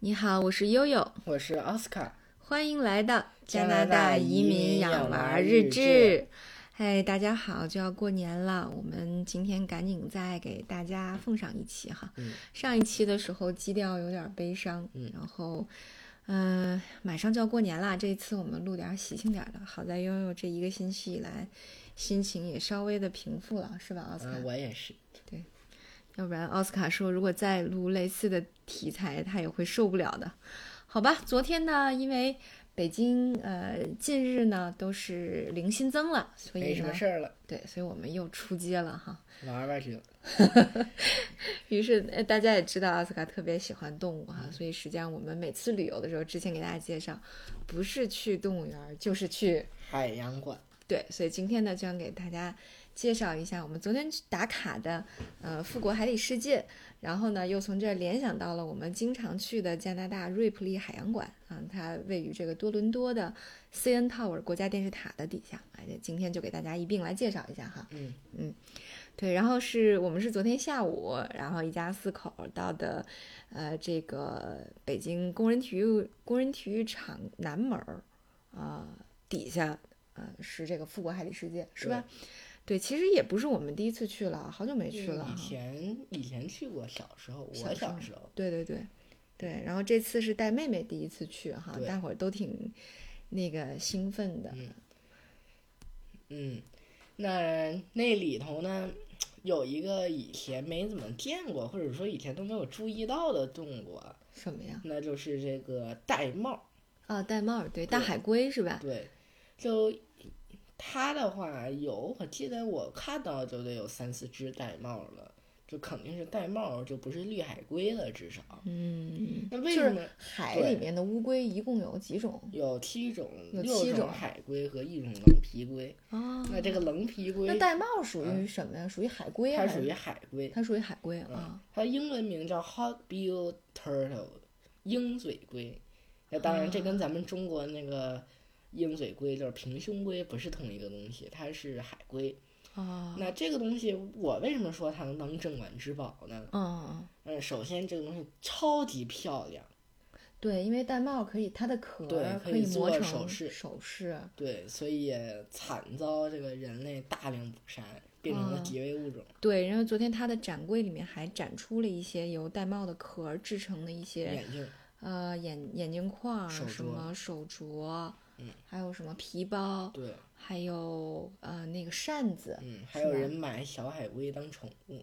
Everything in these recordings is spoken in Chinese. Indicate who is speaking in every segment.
Speaker 1: 你好，我是悠悠，
Speaker 2: 我是奥斯卡。
Speaker 1: 欢迎来到加
Speaker 2: 加
Speaker 1: 拿
Speaker 2: 拿
Speaker 1: 大
Speaker 2: 大
Speaker 1: 移
Speaker 2: 移
Speaker 1: 民
Speaker 2: 民
Speaker 1: 养
Speaker 2: 养
Speaker 1: 娃
Speaker 2: 娃
Speaker 1: 日
Speaker 2: 日
Speaker 1: 志
Speaker 2: 志。
Speaker 1: 嗨，大家好，就要过年了，我们今天赶紧再给大家奉上一期哈。
Speaker 2: 嗯
Speaker 1: 上一期的时候基调有点悲伤，
Speaker 2: 嗯
Speaker 1: 然后，嗯、马上就要过年啦，这一次我们录点喜庆点儿的。好在悠悠这一个星期以来，心情也稍微的平复了，是吧，奥斯卡？
Speaker 2: 嗯、我也是。
Speaker 1: 要不然奥斯卡说，如果再录类似的题材，他也会受不了的。好吧，昨天呢，因为北京呃近日呢都是零新增了，所
Speaker 2: 没
Speaker 1: 以
Speaker 2: 什
Speaker 1: 呢
Speaker 2: 么，事儿了，
Speaker 1: 对，所以我们又出街了哈。
Speaker 2: 玩玩去了。
Speaker 1: 于是呃大家也知道奥斯卡特别喜欢动物哈，
Speaker 2: 嗯
Speaker 1: 所以实际上我们每次旅游的时候，之前给大家介绍，不是去动物园儿，就是去
Speaker 2: 海洋馆，
Speaker 1: 对，所以今天呢，就想给大家介绍一下我们昨天去打卡的呃富国海底世界，然后呢，又从这儿联想到了我们经常去的加拿大瑞普利海洋馆啊，它位于这个多伦多的 CN Tower 国家电视塔的底下，哎，今天就给大家一并来介绍一下哈。
Speaker 2: 嗯
Speaker 1: 对，然后是我们是昨天下午，然后一家四口到的，呃，这个北京工人体育工人体育场南门儿，啊、底下，呃，是这个富国海底世界，是吧？对，其实也不是我们第一次去了，好久没去了
Speaker 2: 以
Speaker 1: 哈。
Speaker 2: 前以前去过，小时候
Speaker 1: 小时候
Speaker 2: 我小时候，
Speaker 1: 对对对，对，然后这次是带妹妹第一次去哈，
Speaker 2: 对
Speaker 1: 大伙儿都挺那个兴奋的，
Speaker 2: 嗯嗯，那那里头呢，有一个以前没怎么见过，或者说以前都没有注意到的动物，啊，
Speaker 1: 什么呀？
Speaker 2: 那就是这个玳瑁。
Speaker 1: 啊，戴帽儿，对，大
Speaker 2: 对
Speaker 1: 海龟是吧？
Speaker 2: 对，就它的话有，我记得我看到就得有三四只玳瑁了，就肯定是玳瑁，就不是绿海龟了，至少。
Speaker 1: 嗯，
Speaker 2: 那为
Speaker 1: 就
Speaker 2: 什
Speaker 1: 是
Speaker 2: 么
Speaker 1: 海
Speaker 2: 对
Speaker 1: 里面的乌龟一共有几种？
Speaker 2: 有七种、
Speaker 1: 有
Speaker 2: 六
Speaker 1: 七种啊
Speaker 2: 种海龟和一种棱皮龟？
Speaker 1: 哦，
Speaker 2: 那啊这个棱皮龟
Speaker 1: 那玳瑁属于
Speaker 2: 嗯
Speaker 1: 什么呀？属于海龟啊
Speaker 2: 它
Speaker 1: 还
Speaker 2: 属
Speaker 1: 是？
Speaker 2: 于海龟，
Speaker 1: 它属于海龟
Speaker 2: 嗯
Speaker 1: 啊。，
Speaker 2: 它英文名叫 Hot-billed turtle，鹰嘴龟。那当然，这跟咱们中国那个鹰嘴龟就是平胸龟不是同一个东西，它是海龟。
Speaker 1: 哦，
Speaker 2: 那这个东西，我为什么说它能镇馆之宝呢？
Speaker 1: 嗯，
Speaker 2: 嗯，首先这个东西超级漂亮，
Speaker 1: 对，因为玳瑁可以，它的壳
Speaker 2: 对
Speaker 1: 儿
Speaker 2: 可
Speaker 1: 以
Speaker 2: 以
Speaker 1: 磨
Speaker 2: 做
Speaker 1: 成
Speaker 2: 首饰
Speaker 1: 首饰
Speaker 2: 对，所以也惨遭这个人类大量捕杀，变成了
Speaker 1: 哦
Speaker 2: 极危物种。
Speaker 1: 对，然后昨天它的展柜里面还展出了一些由玳瑁的壳儿制成的一些
Speaker 2: 眼镜，
Speaker 1: 呃眼眼镜框儿、
Speaker 2: 手
Speaker 1: 什
Speaker 2: 镯
Speaker 1: 么手镯，
Speaker 2: 嗯
Speaker 1: 还有什么皮包，
Speaker 2: 对，
Speaker 1: 还有呃那个扇子。
Speaker 2: 嗯，还
Speaker 1: 是
Speaker 2: 有
Speaker 1: 吧
Speaker 2: 人买小海龟当宠物，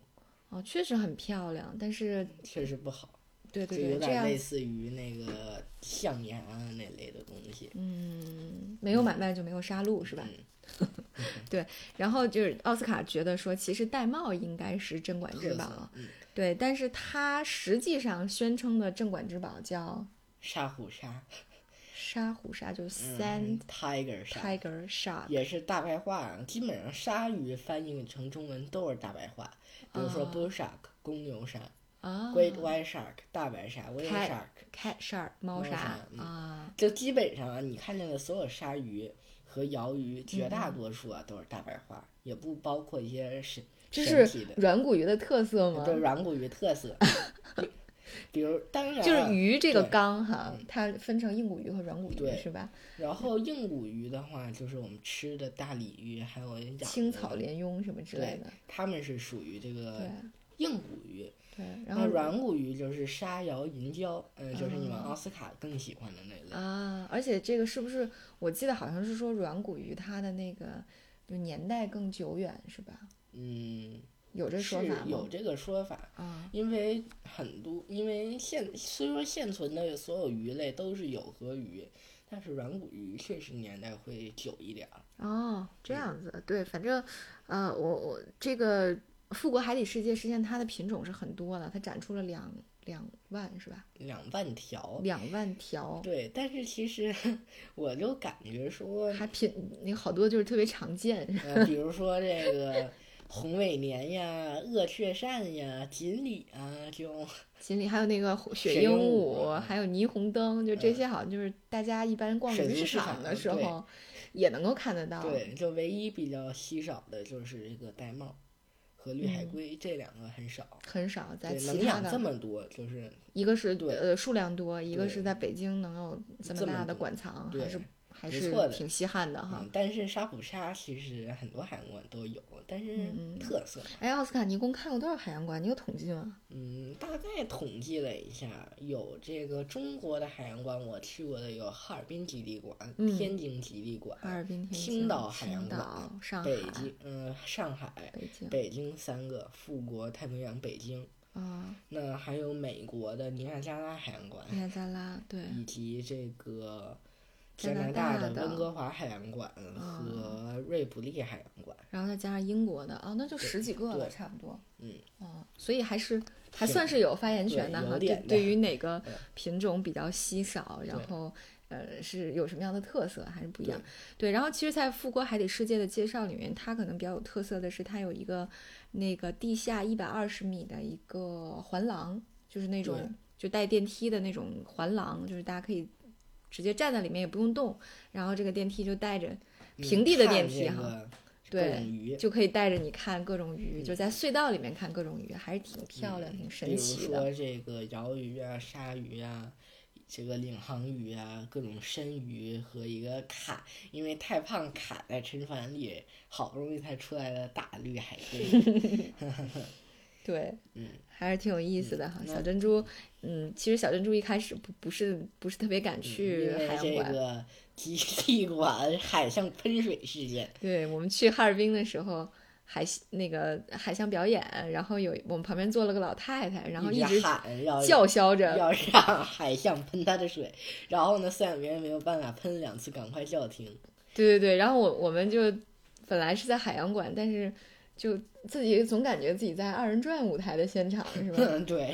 Speaker 1: 哦，确实很漂亮，但是
Speaker 2: 确实不好，
Speaker 1: 对
Speaker 2: 就
Speaker 1: 对
Speaker 2: 有
Speaker 1: 对，这
Speaker 2: 点
Speaker 1: 样
Speaker 2: 类似于那个象牙啊那类的东西。
Speaker 1: 嗯，没有买卖就没有杀戮，是吧？
Speaker 2: 嗯，
Speaker 1: 然后就是奥斯卡觉得说，其实玳瑁应该是镇馆之
Speaker 2: 特
Speaker 1: 宝
Speaker 2: 色，，嗯，
Speaker 1: 对，但是它实际上宣称的镇馆之宝叫
Speaker 2: 沙虎鲨，
Speaker 1: 沙虎鲨，就是
Speaker 2: 嗯
Speaker 1: Sand
Speaker 2: tiger 鲨，
Speaker 1: Tiger Shark，
Speaker 2: 也是大白话，啊基本上鲨鱼翻译成中文都是大白话，比如说
Speaker 1: 啊
Speaker 2: bull shark 公牛鲨、
Speaker 1: 啊
Speaker 2: great white shark 大白鲨、whale
Speaker 1: Cat
Speaker 2: shark，
Speaker 1: ，Cat Shark 猫
Speaker 2: 猫
Speaker 1: 鲨
Speaker 2: 鲨嗯
Speaker 1: 啊，
Speaker 2: 就基本上啊你看见的所有鲨鱼和鳐鱼，绝
Speaker 1: 嗯
Speaker 2: 大多数啊都是大白话，也不包括一些神
Speaker 1: 这
Speaker 2: 神
Speaker 1: 是
Speaker 2: 奇的，
Speaker 1: 软骨鱼的特色吗
Speaker 2: 就？是软骨鱼 特色。比如，当然啊，
Speaker 1: 就是鱼这个
Speaker 2: 对嗯
Speaker 1: 纲哈，它分成硬骨鱼和软骨鱼
Speaker 2: 对
Speaker 1: 是吧？
Speaker 2: 然后硬骨鱼的话，就是我们吃的大鲤鱼，还有养的
Speaker 1: 青草，鲢鳙什么之类的，
Speaker 2: 它们是属于这
Speaker 1: 对
Speaker 2: 个硬骨鱼。
Speaker 1: 对。然
Speaker 2: 那
Speaker 1: 后
Speaker 2: 软骨鱼就是沙瑶银鲛，嗯、就是你们
Speaker 1: 啊
Speaker 2: 奥斯卡更喜欢的那类。
Speaker 1: 啊，而且这个是不是？我记得好像是说软骨鱼它的那个就年代更久远是吧？
Speaker 2: 嗯，
Speaker 1: 有这说
Speaker 2: 是
Speaker 1: 法吗？
Speaker 2: 有这个说法，
Speaker 1: 啊，
Speaker 2: 因为很多，因为现虽说现存的所有鱼类都是有河鱼，但是软骨鱼确实年代会久一点儿。
Speaker 1: 哦，这
Speaker 2: 嗯
Speaker 1: 样子，对，反正，呃，我我这个富国海底世界，实际上它的品种是很多的，它展出了两两万是吧？
Speaker 2: 两万条，
Speaker 1: 两万条，
Speaker 2: 对，但是其实 我就感 觉说，
Speaker 1: 还品那好多就是特别常见，
Speaker 2: 呃，比如说这个红尾鲶呀、鳄雀鳝呀、锦鲤啊，这种
Speaker 1: 锦鲤还有那个雪
Speaker 2: 雪
Speaker 1: 鹦
Speaker 2: 鹦鹉
Speaker 1: 鹉，
Speaker 2: 嗯
Speaker 1: 还有霓虹灯，就这
Speaker 2: 嗯
Speaker 1: 些好像就是大家一般逛
Speaker 2: 水
Speaker 1: 鱼
Speaker 2: 族
Speaker 1: 市
Speaker 2: 市
Speaker 1: 场
Speaker 2: 场
Speaker 1: 的时
Speaker 2: 对
Speaker 1: 候也能够看得到。
Speaker 2: 对，就唯一比较稀少的就是这个玳瑁和绿海龟这两个很少，
Speaker 1: 很少嗯在
Speaker 2: 对，
Speaker 1: 其
Speaker 2: 能
Speaker 1: 他
Speaker 2: 养
Speaker 1: 的
Speaker 2: 这么多，就是
Speaker 1: 一个是
Speaker 2: 对
Speaker 1: 呃数量多，一个
Speaker 2: 对
Speaker 1: 是在北京能有这么
Speaker 2: 这么
Speaker 1: 大的
Speaker 2: 多
Speaker 1: 馆藏，
Speaker 2: 对
Speaker 1: 还是还
Speaker 2: 没
Speaker 1: 是
Speaker 2: 错的
Speaker 1: 挺稀罕的哈。
Speaker 2: 嗯，但是沙普沙其实很多海洋馆都有，但是
Speaker 1: 嗯嗯
Speaker 2: 特色，
Speaker 1: 哎，奥斯卡，你一共看过多少海洋馆？你有统计吗？
Speaker 2: 嗯，大概统计了一下，有这个中国的海洋馆，我去过的有哈尔滨极地馆、
Speaker 1: 嗯
Speaker 2: 天津极地馆、
Speaker 1: 哈尔滨、天津、
Speaker 2: 青岛海洋
Speaker 1: 青
Speaker 2: 馆
Speaker 1: 岛、上海、
Speaker 2: 北京，嗯、上海、
Speaker 1: 北京
Speaker 2: 北京三个，富国、太平洋、北京。
Speaker 1: 啊，
Speaker 2: 那还有美国的尼亚加拉海洋馆，
Speaker 1: 尼亚加拉，对，
Speaker 2: 以及这个
Speaker 1: 加
Speaker 2: 加
Speaker 1: 拿
Speaker 2: 拿
Speaker 1: 大
Speaker 2: 大的
Speaker 1: 的
Speaker 2: 温哥华海洋馆
Speaker 1: 啊
Speaker 2: 和瑞普利海洋馆。
Speaker 1: 然后再加上英国的，哦，那就十几个了，
Speaker 2: 对
Speaker 1: 差不多。
Speaker 2: 嗯，
Speaker 1: 哦，所以还是还
Speaker 2: 挺
Speaker 1: 算是有发言权的
Speaker 2: 对有
Speaker 1: 哈。对
Speaker 2: 点，的
Speaker 1: 对于哪 个
Speaker 2: 对
Speaker 1: 品种比较稀少，然
Speaker 2: 对
Speaker 1: 后呃是有什么样的特色，还是不一样
Speaker 2: 对。
Speaker 1: 对，然后其实，在富国海底世界的介绍里面，它可能比较有特色的是，它有一个那个地下一百二十米的一个环廊，就是那
Speaker 2: 对
Speaker 1: 种就带电梯的那种环廊，就是大家可以直接站在里面也不用动，然后这个电梯就带着嗯平地的电梯哈。
Speaker 2: 哈，
Speaker 1: 对
Speaker 2: 各种鱼
Speaker 1: 就可以带着你看各种鱼，
Speaker 2: 嗯
Speaker 1: 就在隧道里面看各种鱼，还是挺漂亮、挺神奇
Speaker 2: 比如
Speaker 1: 的。
Speaker 2: 说这个鳐鱼啊、鲨鱼啊，这个领航鱼啊，各种深鱼和一个卡，因为太胖卡在沉船里，好不容易才出来的大 绿海龟。
Speaker 1: 对，
Speaker 2: 嗯，
Speaker 1: 还是挺有意思的哈。
Speaker 2: 嗯
Speaker 1: 小珍珠，嗯，其实小珍珠一开始不不是不是特别敢去
Speaker 2: 嗯因为
Speaker 1: 海洋
Speaker 2: 这
Speaker 1: 馆。
Speaker 2: 个极地馆海上喷水事件，
Speaker 1: 对我们去哈尔滨的时候，海那个海象表演，然后有我们旁边坐了个老太太，然后一直
Speaker 2: 喊要
Speaker 1: 叫嚣着，
Speaker 2: 要让海象喷它的水，然后呢，饲养员没有办法喷两次，赶快叫停。
Speaker 1: 对对对，然后我我们就本来是在海洋馆，但是就自己总感觉自己在二人转舞台的现场是吧？
Speaker 2: 嗯对，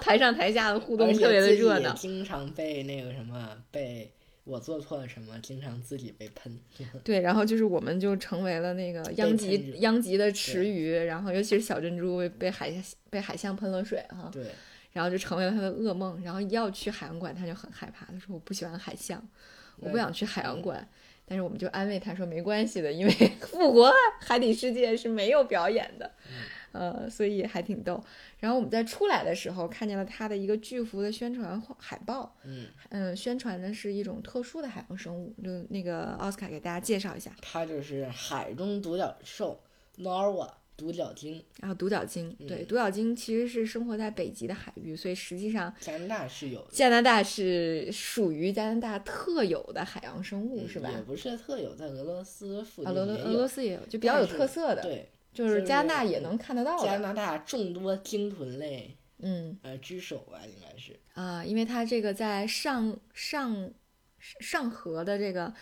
Speaker 1: 台上台下的嗯互
Speaker 2: 而
Speaker 1: 动
Speaker 2: 且
Speaker 1: 特别的
Speaker 2: 自己
Speaker 1: 热
Speaker 2: 也
Speaker 1: 闹。
Speaker 2: 经常被那个什么，被我做错了什么，经常自己被喷。
Speaker 1: 对，然后就是我们就成为了那个殃
Speaker 2: 被
Speaker 1: 及
Speaker 2: 喷着
Speaker 1: 殃及的池鱼，然后尤其是小珍珠被被海被海象喷了水哈，
Speaker 2: 对，
Speaker 1: 然后就成为了他的噩梦。然后一要去海洋馆，他就很害怕，他说我不喜欢海象，我不
Speaker 2: 嗯
Speaker 1: 想去海洋馆。但是我们就安慰他说没关系的，因为 复活海底世界是没有表演的，
Speaker 2: 嗯
Speaker 1: 呃，所以还挺逗。然后我们在出来的时候看见了他的一个巨幅的宣传海报，
Speaker 2: 嗯，
Speaker 1: 嗯，宣传的是一种特殊的海洋生物，就那个奥斯卡给大家介绍一下
Speaker 2: 它就是海中独角兽 Norwa 独角鲸，
Speaker 1: 然后独角鲸，对，
Speaker 2: 嗯
Speaker 1: 独角鲸其实是生活在北极的海域，所以实际上
Speaker 2: 加拿大是有的，
Speaker 1: 加拿大是属于加拿大特有的海洋生物，
Speaker 2: 嗯
Speaker 1: 是吧？
Speaker 2: 也不是特有，在俄罗斯附
Speaker 1: 啊，
Speaker 2: 近
Speaker 1: 俄罗
Speaker 2: 也
Speaker 1: 俄
Speaker 2: 有
Speaker 1: 罗斯也有，就比较有
Speaker 2: 但是
Speaker 1: 特色的，
Speaker 2: 对，
Speaker 1: 就是
Speaker 2: 就是
Speaker 1: 加拿大也能看得到
Speaker 2: 加
Speaker 1: 的。
Speaker 2: 拿大众多鲸豚类
Speaker 1: 嗯
Speaker 2: 呃之首吧，应该是。
Speaker 1: 啊，因为它这个在上上上颌的这个。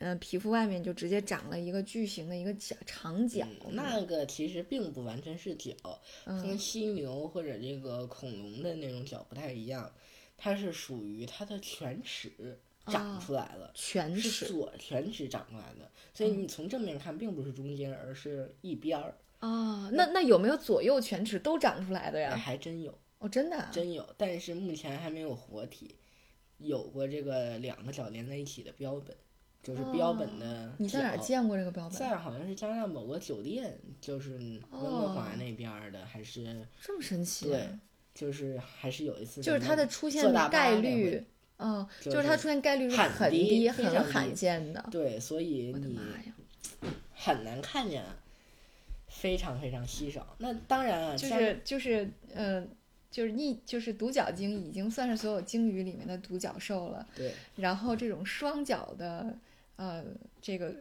Speaker 1: 嗯、皮肤外面就直接长了一个巨型的一个角长角
Speaker 2: 嗯，那个其实并不完全是角，
Speaker 1: 嗯
Speaker 2: 跟犀牛或者这个恐龙的那种角不太一样，它是属于它的犬齿
Speaker 1: 哦
Speaker 2: 长出来了，
Speaker 1: 全
Speaker 2: 是
Speaker 1: 齿嗯
Speaker 2: 左犬齿长出来的，所以你从正面看并不是中间，而是一边儿。
Speaker 1: 啊，那那有没有左右犬齿都长出来的
Speaker 2: 哎
Speaker 1: 呀？
Speaker 2: 还真有，
Speaker 1: 哦，真的、啊，
Speaker 2: 真有，但是目前还没有活体，有过这个两个角连在一起的标本，就是标本的
Speaker 1: 哦你在哪儿
Speaker 2: 角
Speaker 1: 见过这个标本？
Speaker 2: 在好像是加拿大某个酒店，就是温哥
Speaker 1: 哦
Speaker 2: 华那边儿的，还是
Speaker 1: 这么神奇、啊
Speaker 2: 对，就是还是有一次
Speaker 1: 就是它的
Speaker 2: 咱
Speaker 1: 出
Speaker 2: 坐
Speaker 1: 现
Speaker 2: 大巴
Speaker 1: 概
Speaker 2: 那回
Speaker 1: 率，嗯，
Speaker 2: 就
Speaker 1: 就是它
Speaker 2: 是
Speaker 1: 出现概率是
Speaker 2: 很
Speaker 1: 很
Speaker 2: 低
Speaker 1: 低、
Speaker 2: 非
Speaker 1: 很
Speaker 2: 常低
Speaker 1: 罕见的
Speaker 2: 们。对，所以
Speaker 1: 我的
Speaker 2: 你
Speaker 1: 妈呀！
Speaker 2: 很难看见，非常非常稀少。那当然啊，
Speaker 1: 就
Speaker 2: 加拿
Speaker 1: 是就是，呃，就是一就是独角鲸已经算是所有鲸鱼里面的独角兽了。
Speaker 2: 对
Speaker 1: 然后这种双脚的，呃，这个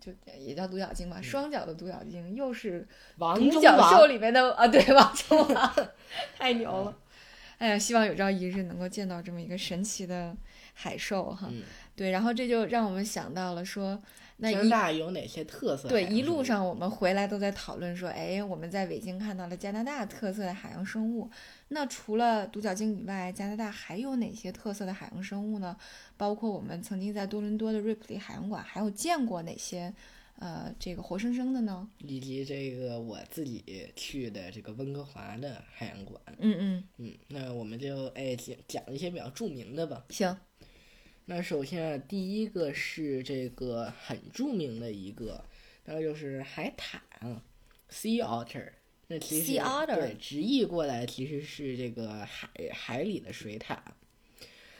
Speaker 1: 就也叫独角鲸吧，
Speaker 2: 嗯
Speaker 1: 双脚的独角鲸又是
Speaker 2: 王
Speaker 1: 独
Speaker 2: 中
Speaker 1: 角兽
Speaker 2: 王
Speaker 1: 里面的啊， 对，王中王，太牛
Speaker 2: 嗯
Speaker 1: 了！哎呀，希望有朝一日能够见到这么一个神奇的海兽哈。
Speaker 2: 嗯，
Speaker 1: 对，然后这就让我们想到了说，那
Speaker 2: 加
Speaker 1: 一
Speaker 2: 拿大有哪些特色海
Speaker 1: 对
Speaker 2: 洋生物？
Speaker 1: 一路上我们回来都在讨论说，哎，我们在北京看到了加拿大特色的海洋生物。那除了独角鲸以外，加拿大还有哪些特色的海洋生物呢？包括我们曾经在多伦多的瑞普利海洋馆还有见过哪些，呃，这个活生生的呢？
Speaker 2: 以及这个我自己去的这个温哥华的海洋馆，
Speaker 1: 嗯嗯，
Speaker 2: 嗯，那我们就哎讲讲一些比较著名的吧。
Speaker 1: 行，
Speaker 2: 那首先啊，第一个是这个很著名的一个，那就是海獭，sea otter，那其
Speaker 1: Sea
Speaker 2: 实
Speaker 1: otter
Speaker 2: 对直译过来其实是这个海海里的水獭。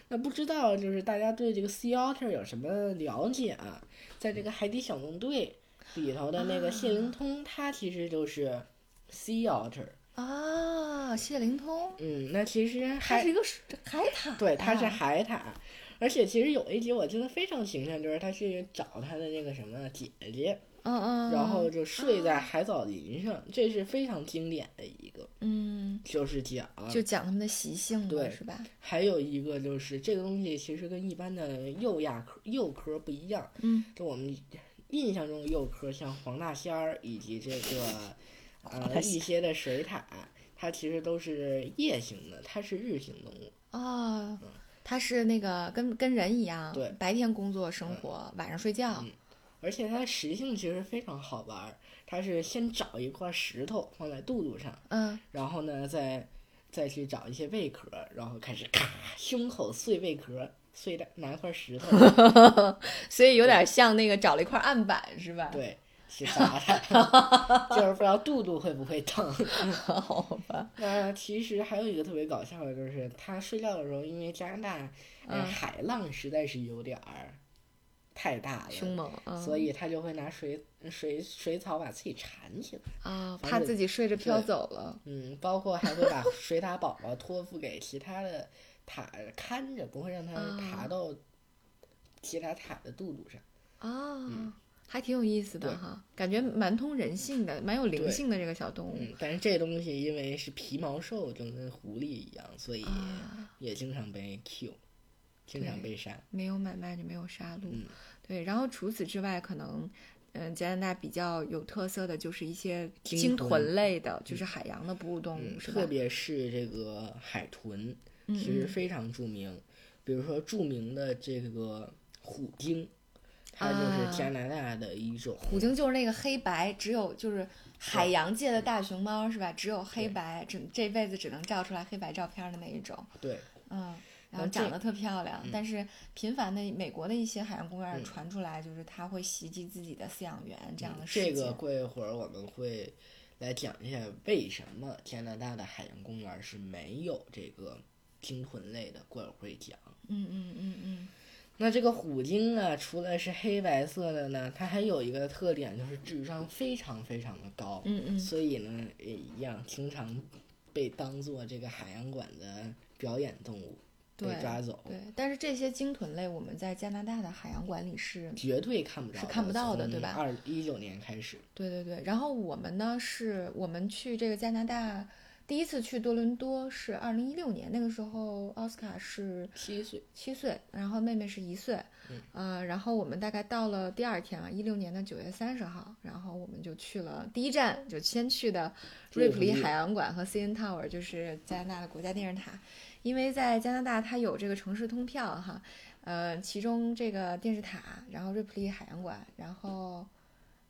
Speaker 2: 那不知道就是大家对这个 sea otter 有什么了解啊？在这个《海底小纵队》里头的那个谢灵通，它其实就是 sea otter。
Speaker 1: 啊，谢灵通，
Speaker 2: 嗯，那其实
Speaker 1: 它
Speaker 2: 海
Speaker 1: 是一个水海獭，
Speaker 2: 对它是海獭，而且其实有一集我记得非常形象，就是他去找他的那个什么姐姐，
Speaker 1: 嗯嗯，
Speaker 2: 然后就睡在海藻林上，这是非常经典的一个，
Speaker 1: 嗯，
Speaker 2: 就是讲
Speaker 1: 就讲他们的习性嘛，
Speaker 2: 呃对
Speaker 1: 是吧？
Speaker 2: 还有一个就是这个东西其实跟一般的幼亚科幼科不一样，
Speaker 1: 嗯，
Speaker 2: 就我们印象中的幼科，像黄大仙儿以及这个呃一些的水獭，它其实都是夜行的，它是日行动物。
Speaker 1: 哦
Speaker 2: 嗯，
Speaker 1: 它是那个跟跟人一样，
Speaker 2: 对
Speaker 1: 白天工作生活，晚上睡觉
Speaker 2: 嗯，而且它的食性其实非常好玩儿，它是先找一块石头放在肚肚上，
Speaker 1: 嗯，
Speaker 2: 然后呢再再去找一些贝壳，然后开始咔胸口碎贝壳，碎的拿块石头，
Speaker 1: 嗯所以有点像那个找了一块案板，是吧？
Speaker 2: 对，去砸它， 就是不知道肚肚会不会疼。
Speaker 1: 好吧，
Speaker 2: 那其实还有一个特别搞笑的，就是它睡觉的时候，因为加拿大、呃
Speaker 1: 嗯
Speaker 2: 海浪实在是有点儿太大
Speaker 1: 凶
Speaker 2: 了。
Speaker 1: 猛，嗯
Speaker 2: 所以它就会拿水水水草把自己缠起来。
Speaker 1: 啊，
Speaker 2: 反
Speaker 1: 怕
Speaker 2: 正
Speaker 1: 自己睡着飘
Speaker 2: 对
Speaker 1: 走了，
Speaker 2: 嗯，包括还会把水獭宝宝托付给其他的塔看着，不会让它爬
Speaker 1: 啊
Speaker 2: 到其他塔的肚肚上。
Speaker 1: 哦，还挺有意思的
Speaker 2: 嗯对
Speaker 1: 哈，感觉蛮通人性的，蛮有灵
Speaker 2: 对
Speaker 1: 性的这个小动物。
Speaker 2: 嗯，但是这东西因为是皮毛兽，就跟狐狸一样，所以
Speaker 1: 啊
Speaker 2: 也经常被 Q，经常
Speaker 1: 对哦
Speaker 2: 被杀。
Speaker 1: 没有买卖就没有杀戮，
Speaker 2: 嗯
Speaker 1: 对。然后除此之外，可能，嗯，加拿大比较有特色的就是一些
Speaker 2: 鲸
Speaker 1: 鲸
Speaker 2: 豚
Speaker 1: 豚类的，就是海洋的哺乳动物，
Speaker 2: 嗯，
Speaker 1: 是吧
Speaker 2: 特？别是这个海豚，
Speaker 1: 嗯
Speaker 2: 其实
Speaker 1: 嗯
Speaker 2: 非常著名。比如说著名的这个虎鲸，它就是加拿大的一种。
Speaker 1: 啊虎鲸就是那个黑白，只有就是海洋界的大熊猫是吧？只有黑白，只这辈子只能照出来黑白照片的那一种，
Speaker 2: 对，
Speaker 1: 嗯。然
Speaker 2: 那
Speaker 1: 后
Speaker 2: 这
Speaker 1: 长得特漂亮，
Speaker 2: 嗯
Speaker 1: 但是频繁的美国的一些海洋公园
Speaker 2: 嗯
Speaker 1: 传出来，就是它会袭击自己的饲养员这样的事
Speaker 2: 这
Speaker 1: 情。
Speaker 2: 个过一会儿我们会来讲一下为什么加拿大的海洋公园是没有这个鲸豚类的，过一会儿讲。
Speaker 1: 嗯嗯嗯嗯，
Speaker 2: 那这个虎鲸啊，除了是黑白色的呢，它还有一个特点就是智商非常非常的高，
Speaker 1: 嗯嗯
Speaker 2: 所以呢也一样经常被当做这个海洋馆的表演动物被
Speaker 1: 对
Speaker 2: 抓走，
Speaker 1: 对，但是这些鲸豚类，我们在加拿大的海洋馆里是，
Speaker 2: 绝对看不着
Speaker 1: 是看不到的对吧
Speaker 2: 二一九年开始，
Speaker 1: 对对对。然后我们呢，是我们去这个加拿大，第一次去多伦多是二零一六年，那个时候奥斯卡是
Speaker 2: 七岁，
Speaker 1: 七岁，然后妹妹是一岁，
Speaker 2: 嗯
Speaker 1: 呃，然后我们大概到了第二天啊，一六年的九月三十号，然后我们就去了第一站，就先去的瑞
Speaker 2: 瑞
Speaker 1: 普
Speaker 2: 普
Speaker 1: 利
Speaker 2: 利
Speaker 1: 海洋馆和 CN Tower，就是加拿大的国家电视塔，因为在加拿大它有这个城市通票哈，呃，其中这个电视塔，然后瑞普利海洋馆，然后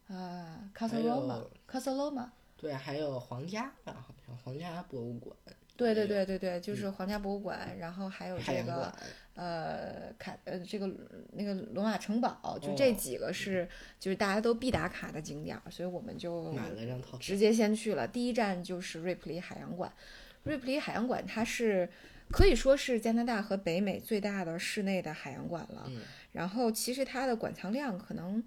Speaker 1: 呃 Casa
Speaker 2: 还有
Speaker 1: Loma，Casa Loma，
Speaker 2: 对，还有皇家吧，好像皇家博物馆，
Speaker 1: 对对
Speaker 2: 还有嗯
Speaker 1: 对对对，就是皇家博物馆，然后还有
Speaker 2: 海
Speaker 1: 嗯这
Speaker 2: 洋
Speaker 1: 个。
Speaker 2: 馆，
Speaker 1: 呃，卡呃，这个那个罗马城堡，就这
Speaker 2: 哦
Speaker 1: 几个是、就是大家都必打卡的景点儿，所以我们就
Speaker 2: 买了张套
Speaker 1: 直接先去了。第一站就是瑞普利海洋馆，瑞普利海洋馆它是可以说是加拿大和北美最大的室内的海洋馆了。
Speaker 2: 嗯
Speaker 1: 然后其实它的馆藏量可能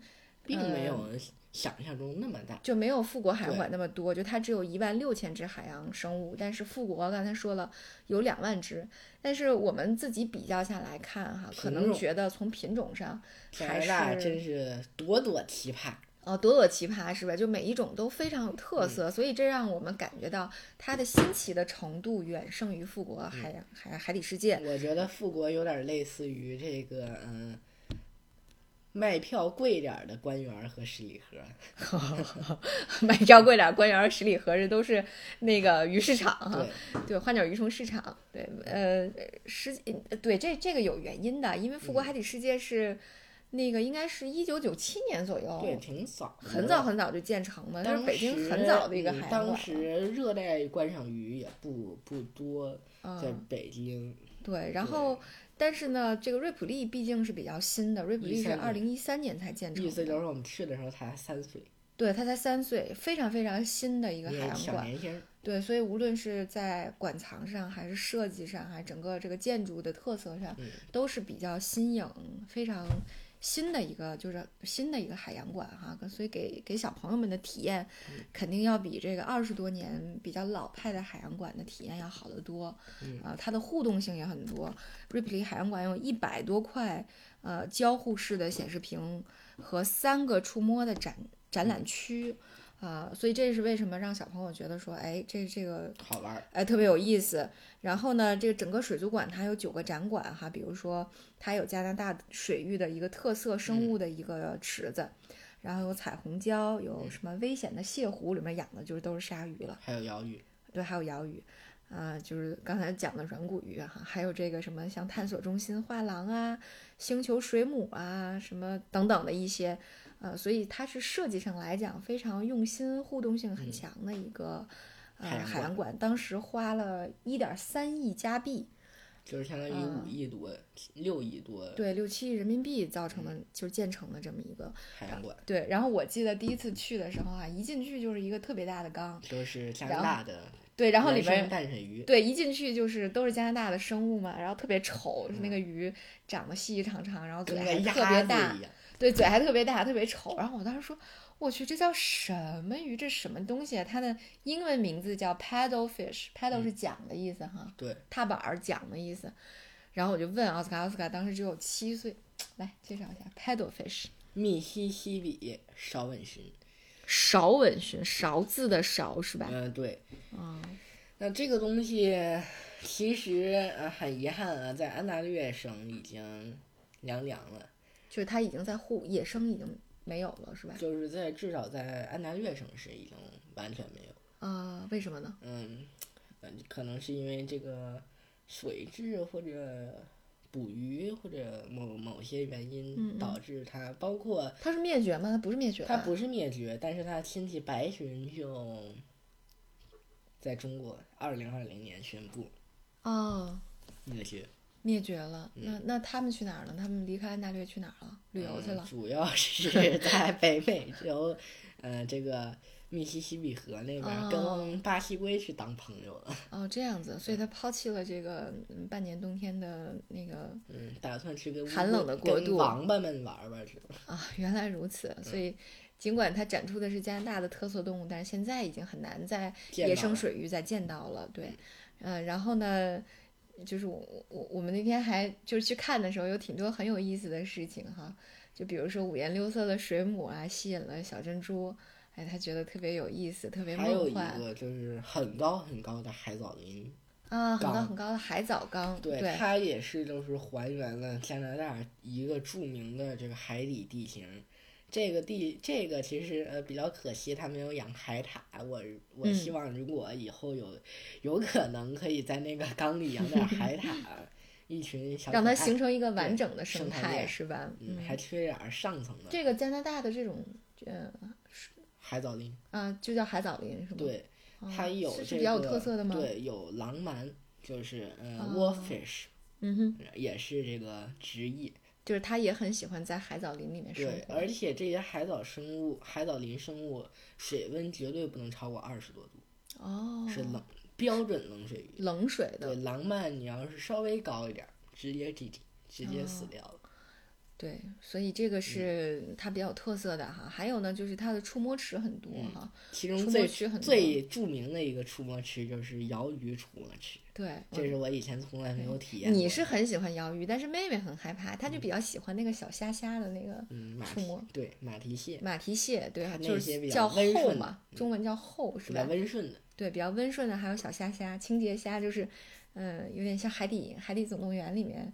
Speaker 2: 并
Speaker 1: 嗯
Speaker 2: 没有想象中那么大。
Speaker 1: 就没有富国海洋
Speaker 2: 对
Speaker 1: 馆那么多，就它只有一万六千只海洋生物，但是富国刚才说了有两万只，但是我们自己比较下来看哈，可
Speaker 2: 品
Speaker 1: 能
Speaker 2: 种
Speaker 1: 觉得从品种上
Speaker 2: 加
Speaker 1: 还
Speaker 2: 拿
Speaker 1: 是
Speaker 2: 大真是朵朵奇葩，
Speaker 1: 呃朵朵奇葩是吧？就每一种都非常有
Speaker 2: 嗯
Speaker 1: 特色，所以这让我们感觉到它的新奇的程度远胜于富
Speaker 2: 嗯
Speaker 1: 国海洋、海海底世界。
Speaker 2: 我觉得富国有点类似于这个嗯，卖票贵点儿的官员儿和十里河，
Speaker 1: 啊买票贵点，官员十里河这都是那个鱼市场哈。
Speaker 2: 对，
Speaker 1: 对，花鸟鱼虫市场，对，呃，十几，呃对，这这个有原因的，因为
Speaker 2: 嗯
Speaker 1: 富国海底世界是、那个应该是一九九七年左右，
Speaker 2: 对，挺早的
Speaker 1: 哦
Speaker 2: 了，
Speaker 1: 很早很早就建成了，它
Speaker 2: 当
Speaker 1: 是
Speaker 2: 时
Speaker 1: 北京很早的一个
Speaker 2: 嗯
Speaker 1: 海洋
Speaker 2: 当
Speaker 1: 馆了。
Speaker 2: 时热带观赏鱼也不不多，在
Speaker 1: 嗯，
Speaker 2: 北京。
Speaker 1: 对，然
Speaker 2: 对
Speaker 1: 后但是呢，这个瑞普利毕竟是比较新的，瑞普利是二
Speaker 2: 13
Speaker 1: 零一三年才建成
Speaker 2: 意思
Speaker 1: 的
Speaker 2: 就是我们去的时候才三岁，
Speaker 1: 对他才三岁，非常非常新的一个海
Speaker 2: 也
Speaker 1: 洋
Speaker 2: 小
Speaker 1: 馆。
Speaker 2: 年轻儿，
Speaker 1: 对，所以无论是在馆藏上，还是设计上，还是整个这个建筑的特色上，
Speaker 2: 嗯
Speaker 1: 都是比较新颖、非常新的一个，就是新的一个海洋馆哈。所以给给小朋友们的体验，
Speaker 2: 嗯
Speaker 1: 肯定要比这个二十多年比较老派的海洋馆的体验要好得多。
Speaker 2: 嗯
Speaker 1: 啊，它的互动性也很多。瑞普利海洋馆有一百多块呃交互式的显示屏和三个触摸的展展览区。啊，所以这是为什么让小朋友觉得说，哎，这这个
Speaker 2: 好玩儿。
Speaker 1: 哎特别有意思。然后呢，这个整个水族馆它有九个展馆哈，比如说它有加拿大水域的一个特色生物的一个池子，然后有彩虹礁，有什么危险的蟹湖，里面养的就是都是鲨鱼了，
Speaker 2: 还有鳐鱼，
Speaker 1: 对，还有鳐鱼。啊、就是刚才讲的软骨鱼啊哈、还有这个什么像探索中心画廊啊、星球水母啊什么等等的一些，呃，所以它是设计上来讲非常用心、互动性很
Speaker 2: 嗯
Speaker 1: 强的一个、
Speaker 2: 海
Speaker 1: 呃
Speaker 2: 洋
Speaker 1: 海
Speaker 2: 馆
Speaker 1: 洋馆。当时花了一点三亿加币，
Speaker 2: 就是相当于
Speaker 1: 啊
Speaker 2: 五亿多、六亿多
Speaker 1: 对，六七亿人民币造成的，
Speaker 2: 嗯
Speaker 1: 就是建成的这么一个。
Speaker 2: 海洋馆，
Speaker 1: 对，然后我记得第一次去的时候啊，一进去就是一个特别大的缸，
Speaker 2: 都是加
Speaker 1: 然
Speaker 2: 拿
Speaker 1: 后
Speaker 2: 大的
Speaker 1: 对，然后里
Speaker 2: 原生
Speaker 1: 边
Speaker 2: 淡水鱼，
Speaker 1: 对，一进去就是都是加拿大的生物嘛，然后特别丑，是那
Speaker 2: 嗯
Speaker 1: 个鱼长得细细长长，然后嘴
Speaker 2: 跟
Speaker 1: 还
Speaker 2: 个鸭
Speaker 1: 特别大
Speaker 2: 子一，样，
Speaker 1: 对，嘴还特别大，特别丑。然后我当时说，我去，这叫什么鱼？这什么东西啊？它的英文名字叫 paddle fish，paddle
Speaker 2: 嗯
Speaker 1: 是桨的意思哈，
Speaker 2: 对，
Speaker 1: 踏板儿桨的意思。然后我就问奥斯卡，奥斯卡当时只有七岁，来介绍一下 paddle fish，
Speaker 2: 密西西比烧吻鲟，
Speaker 1: 勺吻鲟，勺字的勺是吧？
Speaker 2: 嗯，对。
Speaker 1: 嗯，
Speaker 2: 那这个东西其实呃很遗憾啊，在安大略省已经凉凉了，
Speaker 1: 就是它已经在户野生已经没有了是吧？
Speaker 2: 就是在至少在安大略省是已经完全没有。
Speaker 1: 啊、为什么呢？
Speaker 2: 嗯，呃可能是因为这个水质或者捕鱼或者某某些原
Speaker 1: 嗯嗯
Speaker 2: 因导致它，包括
Speaker 1: 它是灭绝吗？它不是灭绝吧，
Speaker 2: 它不是灭绝，但是它亲戚白鲟就在中国二零二零年宣布
Speaker 1: 哦，
Speaker 2: 灭绝，
Speaker 1: 灭绝了。
Speaker 2: 嗯
Speaker 1: 那那他们去哪儿了？他们离开安大略去哪儿了？旅游去
Speaker 2: 嗯
Speaker 1: 了。
Speaker 2: 主要是 在北美洲，呃，这个密西西比河那边儿
Speaker 1: 哦
Speaker 2: 跟巴西龟是当朋友了，
Speaker 1: 哦，这样
Speaker 2: 嗯
Speaker 1: 子，所以他抛弃了这个嗯半年冬天的那个
Speaker 2: 嗯，打算去跟乌
Speaker 1: 寒冷的国
Speaker 2: 跟
Speaker 1: 度
Speaker 2: 王八们玩儿玩儿去。
Speaker 1: 啊， 原来如此。
Speaker 2: 嗯
Speaker 1: 所以，尽管它展出的是加拿大的特色动物，但是现在已经很难在
Speaker 2: 见
Speaker 1: 野
Speaker 2: 到
Speaker 1: 生
Speaker 2: 了
Speaker 1: 水域再见到了。对，嗯、然后呢，就是我我我们那天还就是去看的时候，有挺多很有意思的事情哈，就比如说五颜六色的水母啊，吸引了小珍珠，哎，他觉得特别有意思，特别
Speaker 2: 还有
Speaker 1: 梦
Speaker 2: 一
Speaker 1: 幻
Speaker 2: 个就是很高很高的海藻林，
Speaker 1: 啊，很高
Speaker 2: 缸
Speaker 1: 很高的海藻缸，
Speaker 2: 对，
Speaker 1: 对
Speaker 2: 它也是就是还原了加拿大一个著名的这个海底地形。这个地这个其实呃比较可惜，它没有养海獭。我我
Speaker 1: 嗯
Speaker 2: 希望如果以后有、有可能可以在那个缸里养点 海獭，一群小
Speaker 1: 让
Speaker 2: 可
Speaker 1: 它
Speaker 2: 爱
Speaker 1: 形成一个完整的
Speaker 2: 生态
Speaker 1: 态，
Speaker 2: 链
Speaker 1: 是吧？
Speaker 2: 嗯还缺点儿上层的
Speaker 1: 这个加拿大的这种，呃
Speaker 2: 海藻林。
Speaker 1: 啊，就叫海藻林是吗？
Speaker 2: 对，
Speaker 1: 哦，
Speaker 2: 它有这
Speaker 1: 是
Speaker 2: 个
Speaker 1: 是比较有特色的吗？，
Speaker 2: 对，有狼鳗，就是呃、
Speaker 1: 哦
Speaker 2: wolfish，
Speaker 1: 嗯哼，
Speaker 2: 也是这个直译。
Speaker 1: 就是他也很喜欢在海藻林里面生
Speaker 2: 对，
Speaker 1: 活。
Speaker 2: 而且这些海藻生物、海藻林生物，水温绝对不能超过二十多度，
Speaker 1: 哦，
Speaker 2: 是冷标准冷水鱼。
Speaker 1: 冷水的
Speaker 2: 对，，狼鳗你要是稍微高一点儿，直接 GG，直接死
Speaker 1: 哦
Speaker 2: 掉了。
Speaker 1: 对，所以
Speaker 2: 嗯
Speaker 1: 这个是它比较有特色的哈。还有呢，就是它的触摸池很多
Speaker 2: 嗯
Speaker 1: 哈。
Speaker 2: 其
Speaker 1: 触
Speaker 2: 中
Speaker 1: 摸
Speaker 2: 最
Speaker 1: 区很
Speaker 2: 最著名的一个触摸池就是鳐鱼触摸池，
Speaker 1: 对，
Speaker 2: 这
Speaker 1: 嗯
Speaker 2: 是我以前从来没有体验过的。
Speaker 1: 你是很喜欢鳐鱼，但是妹妹很害怕，她就比较喜欢那个小虾虾的那个
Speaker 2: 嗯马
Speaker 1: 触
Speaker 2: 蹄
Speaker 1: 摸
Speaker 2: 对马蹄蟹
Speaker 1: 马蹄蟹，对，啊
Speaker 2: 它那
Speaker 1: 就
Speaker 2: 些
Speaker 1: 是
Speaker 2: 比较
Speaker 1: 叫
Speaker 2: 温
Speaker 1: 厚
Speaker 2: 顺
Speaker 1: 嘛，
Speaker 2: 的嗯
Speaker 1: 中文叫厚是
Speaker 2: 比较
Speaker 1: 吧？嗯
Speaker 2: 温顺的，
Speaker 1: 对，比较温顺的，还有小虾虾、清洁虾，就是，嗯，有点像海底《海底总动员》里面，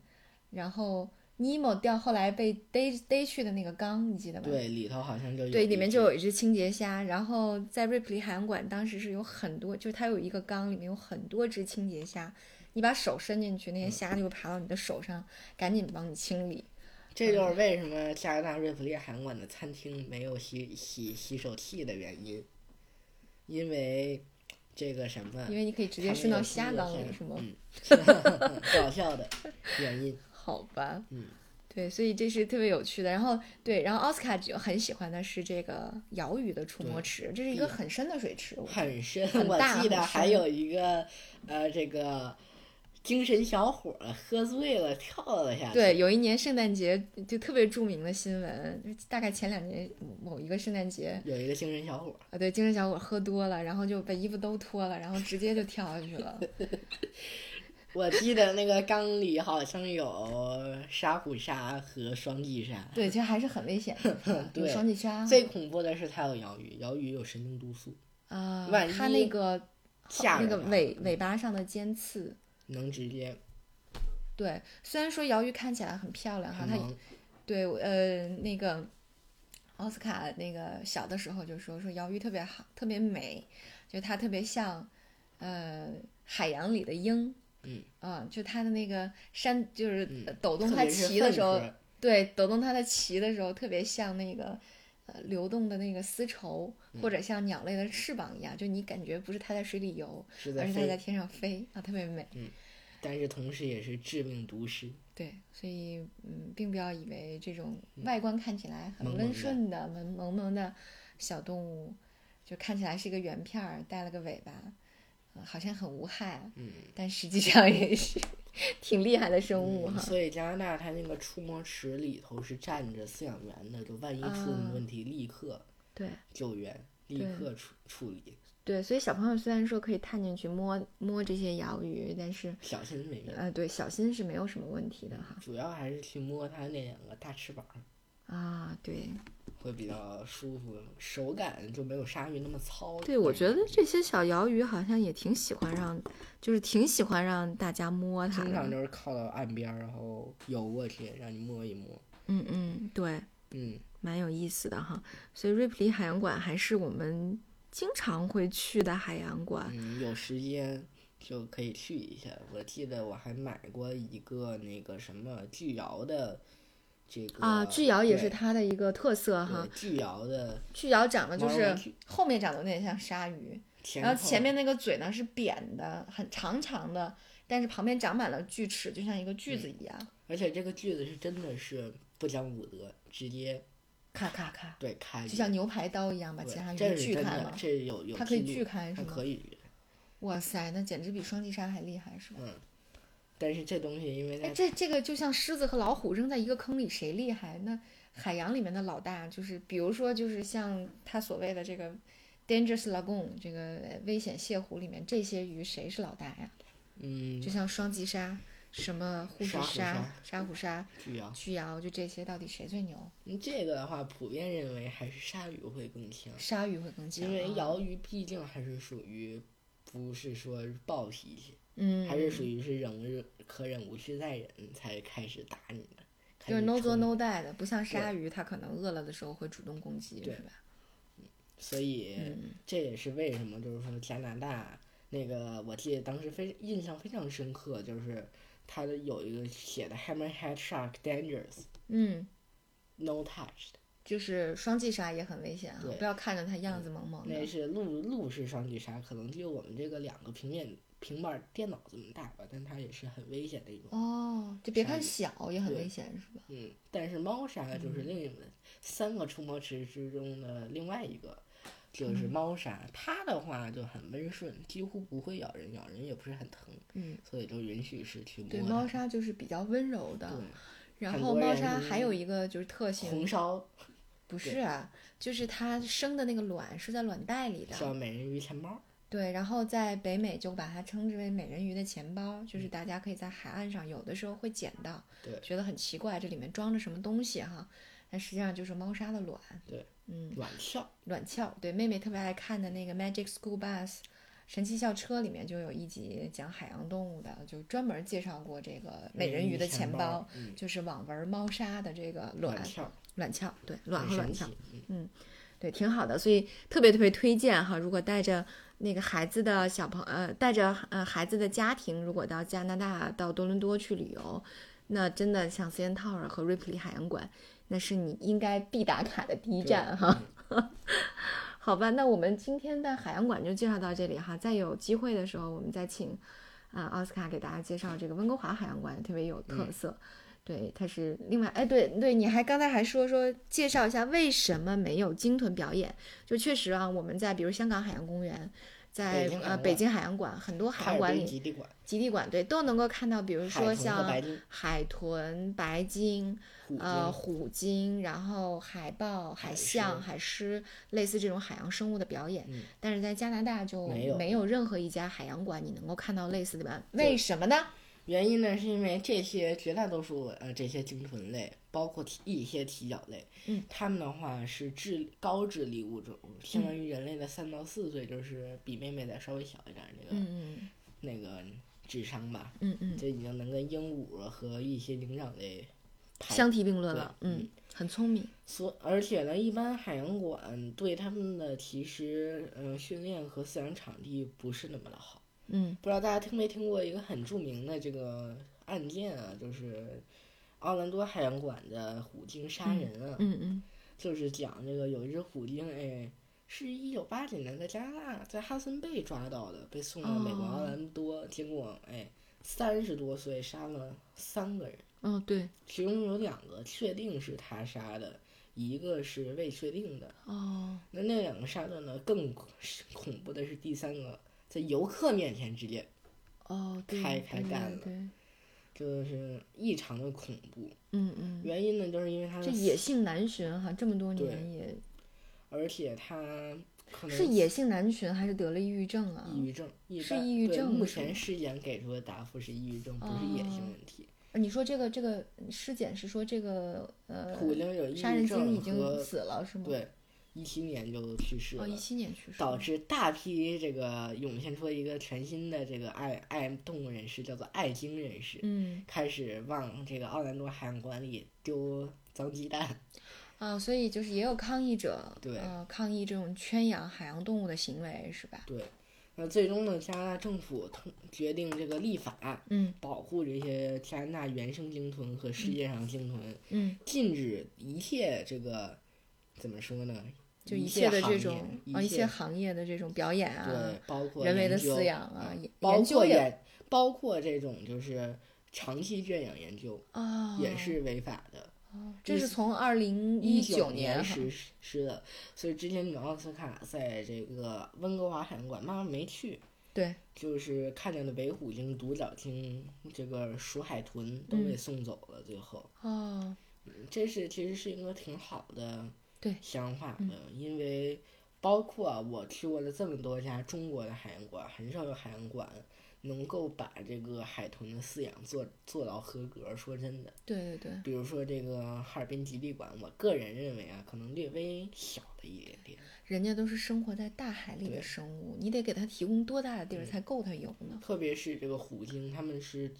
Speaker 1: 然后尼莫掉后来被逮逮去的那个缸，你记得吧？
Speaker 2: 对里头好像就有
Speaker 1: 对，
Speaker 2: 一
Speaker 1: 里面
Speaker 2: 只
Speaker 1: 就有一只清洁虾，然后在瑞普利海洋馆当时是有很多，就是它有一个缸，里面有很多只清洁虾，你把手伸进去，那
Speaker 2: 嗯
Speaker 1: 些虾就会爬到你的手上，赶紧帮你清理。
Speaker 2: 这
Speaker 1: 嗯
Speaker 2: 就是为什么加拿大瑞普利海洋馆的餐厅没有洗洗洗手器的原因，因为这个什么，
Speaker 1: 因为你可以直接
Speaker 2: 嗯它
Speaker 1: 伸
Speaker 2: 没
Speaker 1: 到
Speaker 2: 有
Speaker 1: 虾
Speaker 2: 清洁
Speaker 1: 缸
Speaker 2: 线
Speaker 1: 里，是吗？
Speaker 2: 嗯，搞笑的原因。
Speaker 1: 好吧，
Speaker 2: 嗯，
Speaker 1: 对，所以这是特别有趣的。然后对，然后奥斯卡就很喜欢的是这个瑶语的触摸池，这是一个很深的水池，我觉得
Speaker 2: 很深。
Speaker 1: 很
Speaker 2: 我
Speaker 1: 大
Speaker 2: 记得
Speaker 1: 很
Speaker 2: 还
Speaker 1: 深
Speaker 2: 有一个呃，这个精神小伙儿喝醉了跳了下去。
Speaker 1: 对，，有一年圣诞节就特别著名的新闻，大概前两年某一个圣诞节
Speaker 2: 有一个精神小伙儿，
Speaker 1: 啊，对，精神小伙喝多了，然后就把衣服都脱了，然后直接就跳下去了。
Speaker 2: 我记得那个缸里好像有沙虎鲨和双髻鲨。，
Speaker 1: 对，其实还是很危险 的
Speaker 2: 对
Speaker 1: 有双啊髻鲨
Speaker 2: 最恐怖的是它有摇鱼，摇鱼有神经毒素，
Speaker 1: 啊，
Speaker 2: 万
Speaker 1: 它
Speaker 2: 一
Speaker 1: 那个
Speaker 2: 吓
Speaker 1: 那
Speaker 2: 人
Speaker 1: 个
Speaker 2: 啊
Speaker 1: 尾尾巴上的尖刺。
Speaker 2: 能直接
Speaker 1: 对，虽然说瑶鱼看起来很漂亮哈，
Speaker 2: 很
Speaker 1: 它
Speaker 2: 萌。
Speaker 1: 对，我呃，那个奥斯卡那个小的时候就说说瑶鱼特别好，特别美，就它特别像，呃，海洋里的鹰。
Speaker 2: 嗯，
Speaker 1: 啊，就它的那个扇，就是
Speaker 2: 嗯
Speaker 1: 呃抖动
Speaker 2: 特
Speaker 1: 它
Speaker 2: 别是
Speaker 1: 鳍的
Speaker 2: 粪
Speaker 1: 时候，
Speaker 2: 壳
Speaker 1: 对，抖动它的鳍的时候，特别像那个呃流动的那个丝绸，或
Speaker 2: 嗯
Speaker 1: 者像鸟类的翅膀一样，就你感觉不是它在水里游，
Speaker 2: 是
Speaker 1: 而
Speaker 2: 在
Speaker 1: 是它在
Speaker 2: 飞，
Speaker 1: 天上飞啊，特别美。
Speaker 2: 但是同时也是致命毒师。
Speaker 1: 对，所以嗯，并不要以为这种外观看起来很
Speaker 2: 嗯萌萌
Speaker 1: 温
Speaker 2: 的
Speaker 1: 顺的、萌萌萌的小动物，就看起来是一个圆片儿，带了个尾巴，呃好像很无害，
Speaker 2: 嗯，
Speaker 1: 但实际上也是挺厉害的生物
Speaker 2: 嗯
Speaker 1: 哈。
Speaker 2: 所以加拿大它那个触摸池里头是站着饲养员的，就万一出什么
Speaker 1: 啊
Speaker 2: 问题，立刻
Speaker 1: 对
Speaker 2: 救援，立
Speaker 1: 对
Speaker 2: 刻处处理，
Speaker 1: 对，所以小朋友虽然说可以探进去摸摸这些鳐鱼，但是
Speaker 2: 小心为妙。
Speaker 1: 呃，对，小心是没有什么问题的哈。
Speaker 2: 主要还是去摸它那两个大翅膀，
Speaker 1: 啊，对
Speaker 2: 会比较舒服，手感就没有鲨鱼那么糙。
Speaker 1: 对，我觉得这些小鳐鱼好像也挺喜欢让，就是挺喜欢让大家摸它
Speaker 2: 经
Speaker 1: 的
Speaker 2: 常。就是靠到岸边儿，然后游过去，让你摸一摸。
Speaker 1: 嗯嗯，对。
Speaker 2: 嗯，
Speaker 1: 蛮有意思的哈。所以瑞普利海洋馆还是我们经常会去的海洋馆。
Speaker 2: 嗯，有时间就可以去一下。我记得我还买过一个那个什么巨瑶的，这个
Speaker 1: 啊，巨瑶也
Speaker 2: 对
Speaker 1: 是它的一个特色哈
Speaker 2: 对。巨瑶的
Speaker 1: 巨瑶长得就
Speaker 2: 毛绒
Speaker 1: 是
Speaker 2: 巨
Speaker 1: 后面长得有点像鲨鱼，
Speaker 2: 前
Speaker 1: 然后前面那个嘴呢是扁的，很长长的，但是旁边长满了锯齿，就像一个
Speaker 2: 嗯
Speaker 1: 锯子一样，
Speaker 2: 而且这个句子是真的是不讲武德，直接
Speaker 1: 咔咔咔，
Speaker 2: 对开
Speaker 1: 就像牛排刀一样把其他
Speaker 2: 哎对，
Speaker 1: 鱼
Speaker 2: 这是
Speaker 1: 锯
Speaker 2: 真
Speaker 1: 开
Speaker 2: 的
Speaker 1: 了，。
Speaker 2: 这有有
Speaker 1: 它可以
Speaker 2: 记
Speaker 1: 锯
Speaker 2: 录，
Speaker 1: 开是
Speaker 2: 它
Speaker 1: 吗？
Speaker 2: 可以，
Speaker 1: 哇塞，那简直比双髻鲨还厉害是吧？
Speaker 2: 但是这东西因为
Speaker 1: 哎，
Speaker 2: 在
Speaker 1: 这这个就像狮子和老虎扔在一个坑里，谁厉害？那海洋里面的老大就是，比如说就是像他所谓的这个 dangerous lagoon 这个危险泻湖里面，这些鱼谁是老大呀？
Speaker 2: 嗯
Speaker 1: 就像双髻鲨、什么护士
Speaker 2: 沙虎
Speaker 1: 鲨
Speaker 2: 鲨、
Speaker 1: 沙虎鲨、
Speaker 2: 巨瑶，
Speaker 1: 巨鳐，就这些，到底谁最牛？
Speaker 2: 嗯这个的话普遍认为还是鲨鱼会更强，
Speaker 1: 鲨鱼会更强啊，
Speaker 2: 因为鳐鱼毕竟还是属于不是说暴脾气，
Speaker 1: 嗯，
Speaker 2: 还是属于是忍无可忍无事在忍才开始打你的，开
Speaker 1: 就是
Speaker 2: 始
Speaker 1: no 做
Speaker 2: 冲你
Speaker 1: no die 的，不像鲨鱼，它可能饿了的时候会主动攻击，
Speaker 2: 对
Speaker 1: 是吧？
Speaker 2: 所以、
Speaker 1: 嗯
Speaker 2: 这也是为什么，就是说加拿大那个，我记得当时非印象非常深刻，就是它的有一个写的 Hammerhead Shark Dangerous
Speaker 1: 嗯，
Speaker 2: No Touched，
Speaker 1: 就是双髻鲨也很危险啊
Speaker 2: 对，嗯
Speaker 1: 不要看着它样子萌萌的
Speaker 2: 那。是陆陆式双髻鲨，可能就我们这个两个平面平板儿电脑这么大吧，但它也是很危险的一种。
Speaker 1: 哦，就别
Speaker 2: 鲨
Speaker 1: 看
Speaker 2: 鱼
Speaker 1: 小也很
Speaker 2: 对
Speaker 1: 危险，是吧？
Speaker 2: 嗯，但是猫鲨就是
Speaker 1: 嗯
Speaker 2: 另一个、三个触摸池之中的另外一个。
Speaker 1: 嗯
Speaker 2: 就是猫鲨，它的话就很温顺，几乎不会咬人，咬人也不是很疼，
Speaker 1: 嗯，
Speaker 2: 所以就允许是去摸
Speaker 1: 对，
Speaker 2: 它
Speaker 1: 猫鲨就是比较温柔
Speaker 2: 对
Speaker 1: 的。然
Speaker 2: 很
Speaker 1: 后
Speaker 2: 多
Speaker 1: 猫
Speaker 2: 人
Speaker 1: 鲨还有一个就是特性
Speaker 2: 红，烧
Speaker 1: 不
Speaker 2: 对
Speaker 1: 是啊，就是它生的那个卵是在卵袋里
Speaker 2: 叫
Speaker 1: 的。
Speaker 2: 美人鱼钱包，
Speaker 1: 对，然后在北美就把它称之为美人鱼的钱包，就是大家可以在海岸上有的时候会捡到，
Speaker 2: 对
Speaker 1: 觉得很奇怪，这里面装着什么东西哈？但实际上就是猫鲨的卵。
Speaker 2: 对，
Speaker 1: 嗯，
Speaker 2: 软壳，
Speaker 1: 卵壳。对，妹妹特别爱看的那个《Magic School Bus》神奇校车里面就有一集讲海洋动物的，就专门介绍过这个美人鱼的
Speaker 2: 钱
Speaker 1: 钱包，，
Speaker 2: 嗯，
Speaker 1: 就是网纹猫鲨的这个卵
Speaker 2: 软壳，
Speaker 1: 卵壳，对，卵和
Speaker 2: 很
Speaker 1: 卵
Speaker 2: 神
Speaker 1: 壳，
Speaker 2: 奇，嗯，
Speaker 1: 对，挺好的，所以特别特别推荐哈。如果带着那个孩子的小朋呃，带着呃孩子的家庭，如果到加拿大到多伦多去旅游，那真的像 CN Tower 和瑞普利海洋馆，那是你应该必打卡的第一
Speaker 2: 对
Speaker 1: 站哈。，
Speaker 2: 嗯
Speaker 1: 好吧，那我们今天的海洋馆就介绍到这里哈。再有机会
Speaker 2: 嗯
Speaker 1: 的时候，我们再请啊、呃奥斯卡给大家介绍这个温哥华海洋馆，特别有特色。对，它是另外，哎，对对，你还刚才还说说介绍一下为什么没有鲸豚表演，就确实啊，我们在比如香港海洋公园，在
Speaker 2: 北京海
Speaker 1: 呃
Speaker 2: 洋
Speaker 1: 北
Speaker 2: 馆
Speaker 1: 京海洋馆很多海
Speaker 2: 哈
Speaker 1: 洋
Speaker 2: 尔
Speaker 1: 馆
Speaker 2: 滨
Speaker 1: 里
Speaker 2: 极地馆，
Speaker 1: 极地馆对都能够看到，比如
Speaker 2: 海
Speaker 1: 说
Speaker 2: 豚和
Speaker 1: 像
Speaker 2: 白鲸、
Speaker 1: 海豚、白鲸、
Speaker 2: 虎
Speaker 1: 呃
Speaker 2: 鲸、
Speaker 1: 虎鲸，然后海豹、海
Speaker 2: 海
Speaker 1: 象、
Speaker 2: 狮
Speaker 1: 海狮，类似这种海洋生物的表演，
Speaker 2: 嗯
Speaker 1: 但是在加拿大就
Speaker 2: 没有
Speaker 1: 没有任何一家海洋馆你能够看到类似的表演，
Speaker 2: 对
Speaker 1: 为什么呢？
Speaker 2: 原因呢，是因为这些绝大多数呃这些鲸豚类，包括蹄一些蹄脚类，
Speaker 1: 嗯，
Speaker 2: 它们的话是智高智力物种，相当
Speaker 1: 嗯
Speaker 2: 于人类的三到四岁，就是比妹妹再稍微小一点儿那个、
Speaker 1: 嗯
Speaker 2: 那个智商吧，
Speaker 1: 嗯嗯嗯，
Speaker 2: 就已经能跟鹦鹉和一些灵长类排
Speaker 1: 相提并论
Speaker 2: 对
Speaker 1: 了，嗯，很聪明。
Speaker 2: 所而且呢，一般海洋馆对他们的其实嗯、呃训练和饲养场地不是那么的好。
Speaker 1: 嗯
Speaker 2: 不知道大家听没听过一个很著名的这个案件啊，就是奥兰多海洋馆的虎鲸杀人啊，
Speaker 1: 嗯嗯
Speaker 2: 就是讲这个有一只虎鲸，哎，是一九八几年在加拿大在哈森贝抓到的，被送到美国
Speaker 1: 哦
Speaker 2: 奥兰多，结果哎三十多岁杀了三个人，
Speaker 1: 嗯，哦对，
Speaker 2: 其中有两个确定是他杀的，一个是未确定的。
Speaker 1: 哦
Speaker 2: 那那两个杀的呢，更恐恐怖的是第三个，在游客面前直接
Speaker 1: 哦，对，
Speaker 2: 开开
Speaker 1: 对
Speaker 2: 干了
Speaker 1: 对，
Speaker 2: 就是异常的恐怖。
Speaker 1: 嗯嗯，
Speaker 2: 原因呢，就是因为它
Speaker 1: 这
Speaker 2: 的
Speaker 1: 野
Speaker 2: 死，
Speaker 1: 性难寻哈，这么多
Speaker 2: 对
Speaker 1: 年也
Speaker 2: 而且它可能
Speaker 1: 是野性难寻，还是得了抑郁症啊？
Speaker 2: 抑郁症，一
Speaker 1: 是
Speaker 2: 般
Speaker 1: 抑郁
Speaker 2: 对
Speaker 1: 症
Speaker 2: 目
Speaker 1: 是吗哦
Speaker 2: 前尸检给出的答复是抑郁症，不是野性问题。
Speaker 1: 呃你说这个这个嗯尸检是说这个呃，
Speaker 2: 虎鲸有抑
Speaker 1: 杀人
Speaker 2: 郁
Speaker 1: 鲸
Speaker 2: 症
Speaker 1: 已经
Speaker 2: 和
Speaker 1: 死了是吗？，
Speaker 2: 对，一七年就去世
Speaker 1: 哦，一
Speaker 2: 了。
Speaker 1: 七年去世，
Speaker 2: 导致大批这个涌现出一个全新的这个爱爱动物人士，叫做爱鲸人士，
Speaker 1: 嗯
Speaker 2: 开始往这个奥兰多海洋馆里丢脏鸡蛋。
Speaker 1: 啊，所以就是也有抗议者，
Speaker 2: 对
Speaker 1: 呃，抗议这种圈养海洋动物的行为是吧？
Speaker 2: 对，那最终呢，加拿大政府通决定这个立法，
Speaker 1: 嗯
Speaker 2: 保护这些加拿大原生鲸豚和世界上鲸豚，
Speaker 1: 嗯，
Speaker 2: 禁止一切这个怎么说呢？
Speaker 1: 就
Speaker 2: 一
Speaker 1: 切的
Speaker 2: 行
Speaker 1: 这
Speaker 2: 业
Speaker 1: 种
Speaker 2: 一
Speaker 1: 啊一
Speaker 2: 切
Speaker 1: 些行业的这种表演啊，
Speaker 2: 对，包括
Speaker 1: 人为的
Speaker 2: 研究
Speaker 1: 饲养啊，
Speaker 2: 嗯
Speaker 1: 研
Speaker 2: 包
Speaker 1: 研究
Speaker 2: 括
Speaker 1: 也
Speaker 2: 研包括这种就是长期圈养研究
Speaker 1: 啊，
Speaker 2: 也是违法的。
Speaker 1: 哦，这是从二零
Speaker 2: 一
Speaker 1: 九啊
Speaker 2: 年
Speaker 1: 哈，
Speaker 2: 实施的，所以之前女奥斯卡在这个温哥华海洋馆妈妈没去，
Speaker 1: 对，
Speaker 2: 就是看见了北虎鲸、独角鲸、这个鼠海豚都被
Speaker 1: 嗯
Speaker 2: 送走了，最后。
Speaker 1: 哦，
Speaker 2: 这是其实是一个挺好的
Speaker 1: 对嗯
Speaker 2: 想法的，因为包括啊我去过的这么多家中国的海洋馆，很少有海洋馆能够把这个海豚的饲养做做到合格。说真的，
Speaker 1: 对对对，
Speaker 2: 比如说这个哈尔滨极地馆，我个人认为啊，可能略微小了一点点，
Speaker 1: 人家都是生活在大海里的
Speaker 2: 对
Speaker 1: 生物，你得给它提供多大的地儿才够它游呢？
Speaker 2: 特别是这个虎鲸，它们是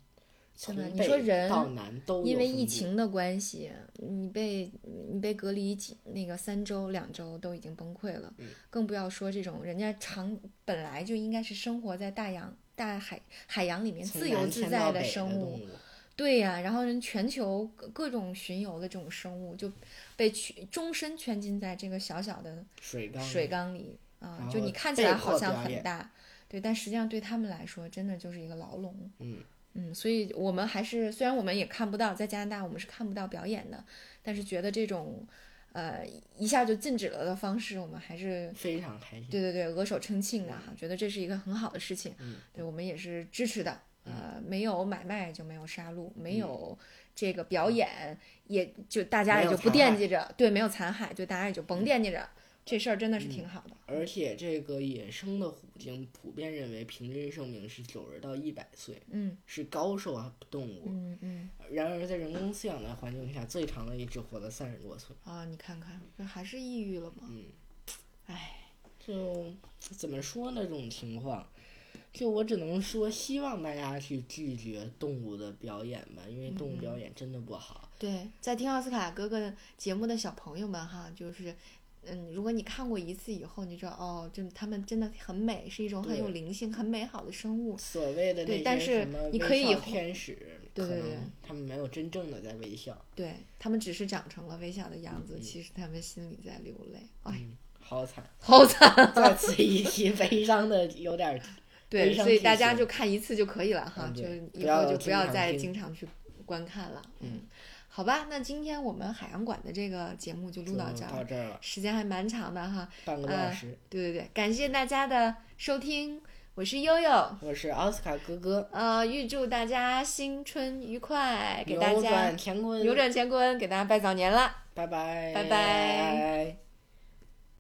Speaker 2: 从
Speaker 1: 吧你
Speaker 2: 北
Speaker 1: 说人
Speaker 2: 到南都有
Speaker 1: 因为
Speaker 2: 分
Speaker 1: 疫
Speaker 2: 布
Speaker 1: 情的关系，你被你被隔离几那个三周两周都已经崩溃了，
Speaker 2: 嗯
Speaker 1: 更不要说这种人家长本来就应该是生活在大洋大海海洋里面
Speaker 2: 从
Speaker 1: 自由
Speaker 2: 南
Speaker 1: 自
Speaker 2: 迁到
Speaker 1: 在
Speaker 2: 北的
Speaker 1: 生物
Speaker 2: 动，物，
Speaker 1: 对呀、然后人全球各各种巡游的这种生物就被圈终身圈禁在这个小小的
Speaker 2: 水缸
Speaker 1: 水缸里啊
Speaker 2: 然，
Speaker 1: 就
Speaker 2: 后
Speaker 1: 你看起
Speaker 2: 被
Speaker 1: 来好
Speaker 2: 迫
Speaker 1: 像
Speaker 2: 表
Speaker 1: 很
Speaker 2: 演
Speaker 1: 大，对，但实际上对他们来说，真的就是一个牢笼。
Speaker 2: 嗯。
Speaker 1: 嗯，所以我们还是虽然我们也看不到，在加拿大我们是看不到表演的，但是觉得这种，呃，一下就禁止了的方式，我们还是
Speaker 2: 非常开心。
Speaker 1: 对对对，额手称庆的哈，觉得这是一个很好的事情，
Speaker 2: 嗯
Speaker 1: 对我们也是支持的。
Speaker 2: 嗯
Speaker 1: 呃，没有买卖就没有杀戮，没
Speaker 2: 嗯
Speaker 1: 有这个表演，也就大家也
Speaker 2: 没有
Speaker 1: 就不
Speaker 2: 残
Speaker 1: 惦
Speaker 2: 害嗯
Speaker 1: 记着，对，没有残害，就大家也就甭惦记着，这事儿真的是挺好的。
Speaker 2: 而且这个野生的虎鲸普遍认为平均寿命是九十到一百岁，
Speaker 1: 嗯
Speaker 2: 是高寿啊动物。
Speaker 1: 嗯嗯，
Speaker 2: 然而在人工饲养的环境下，最长的也只活了三十多岁。
Speaker 1: 啊，你看看，这还是抑郁了吗？
Speaker 2: 嗯，
Speaker 1: 哎，
Speaker 2: 就怎么说呢？这种情况，就我只能说，希望大家去拒绝动物的表演吧，因为动物
Speaker 1: 嗯
Speaker 2: 表演真的不好。
Speaker 1: 对，在听奥斯卡哥哥节目的小朋友们哈，就是，嗯，如果你看过一次以后，你知道哦，这他们真的很美，是一种很有
Speaker 2: 对
Speaker 1: 灵性、很美好的生物。
Speaker 2: 所谓的
Speaker 1: 对
Speaker 2: 那
Speaker 1: 但
Speaker 2: 些
Speaker 1: 是
Speaker 2: 什么
Speaker 1: 你可
Speaker 2: 微
Speaker 1: 以
Speaker 2: 笑
Speaker 1: 后
Speaker 2: 天使，
Speaker 1: 对对
Speaker 2: 可
Speaker 1: 对
Speaker 2: 能他们没有真正的在微笑。
Speaker 1: 对他们只是长成了微笑的样子，
Speaker 2: 嗯
Speaker 1: 其实他们心里在流泪。哎，
Speaker 2: 嗯，好惨！
Speaker 1: 好惨。
Speaker 2: 再此一提，悲伤的有点儿
Speaker 1: 对，
Speaker 2: 悲伤
Speaker 1: 所以
Speaker 2: 至
Speaker 1: 大家
Speaker 2: 极
Speaker 1: 就看一次就可以了哈，
Speaker 2: 嗯
Speaker 1: 就
Speaker 2: 对
Speaker 1: 是
Speaker 2: 不
Speaker 1: 以
Speaker 2: 要
Speaker 1: 后就不
Speaker 2: 经
Speaker 1: 要
Speaker 2: 常
Speaker 1: 再
Speaker 2: 听
Speaker 1: 经常去观看了。
Speaker 2: 嗯，
Speaker 1: 好吧，那今天我们海洋馆的这个节目就录到
Speaker 2: 就
Speaker 1: 这
Speaker 2: 嗯到
Speaker 1: 儿，呃
Speaker 2: 这儿了，
Speaker 1: 时间还蛮长的哈。
Speaker 2: 半个多小时。
Speaker 1: 对对对，感谢大家的收听，我是悠悠。
Speaker 2: 我是奥斯卡哥哥，
Speaker 1: 呃，预祝大家新春愉快，给大
Speaker 2: 扭
Speaker 1: 家
Speaker 2: 转乾坤，
Speaker 1: 扭转乾坤，给大家拜早年了。
Speaker 2: 拜拜，
Speaker 1: 拜拜。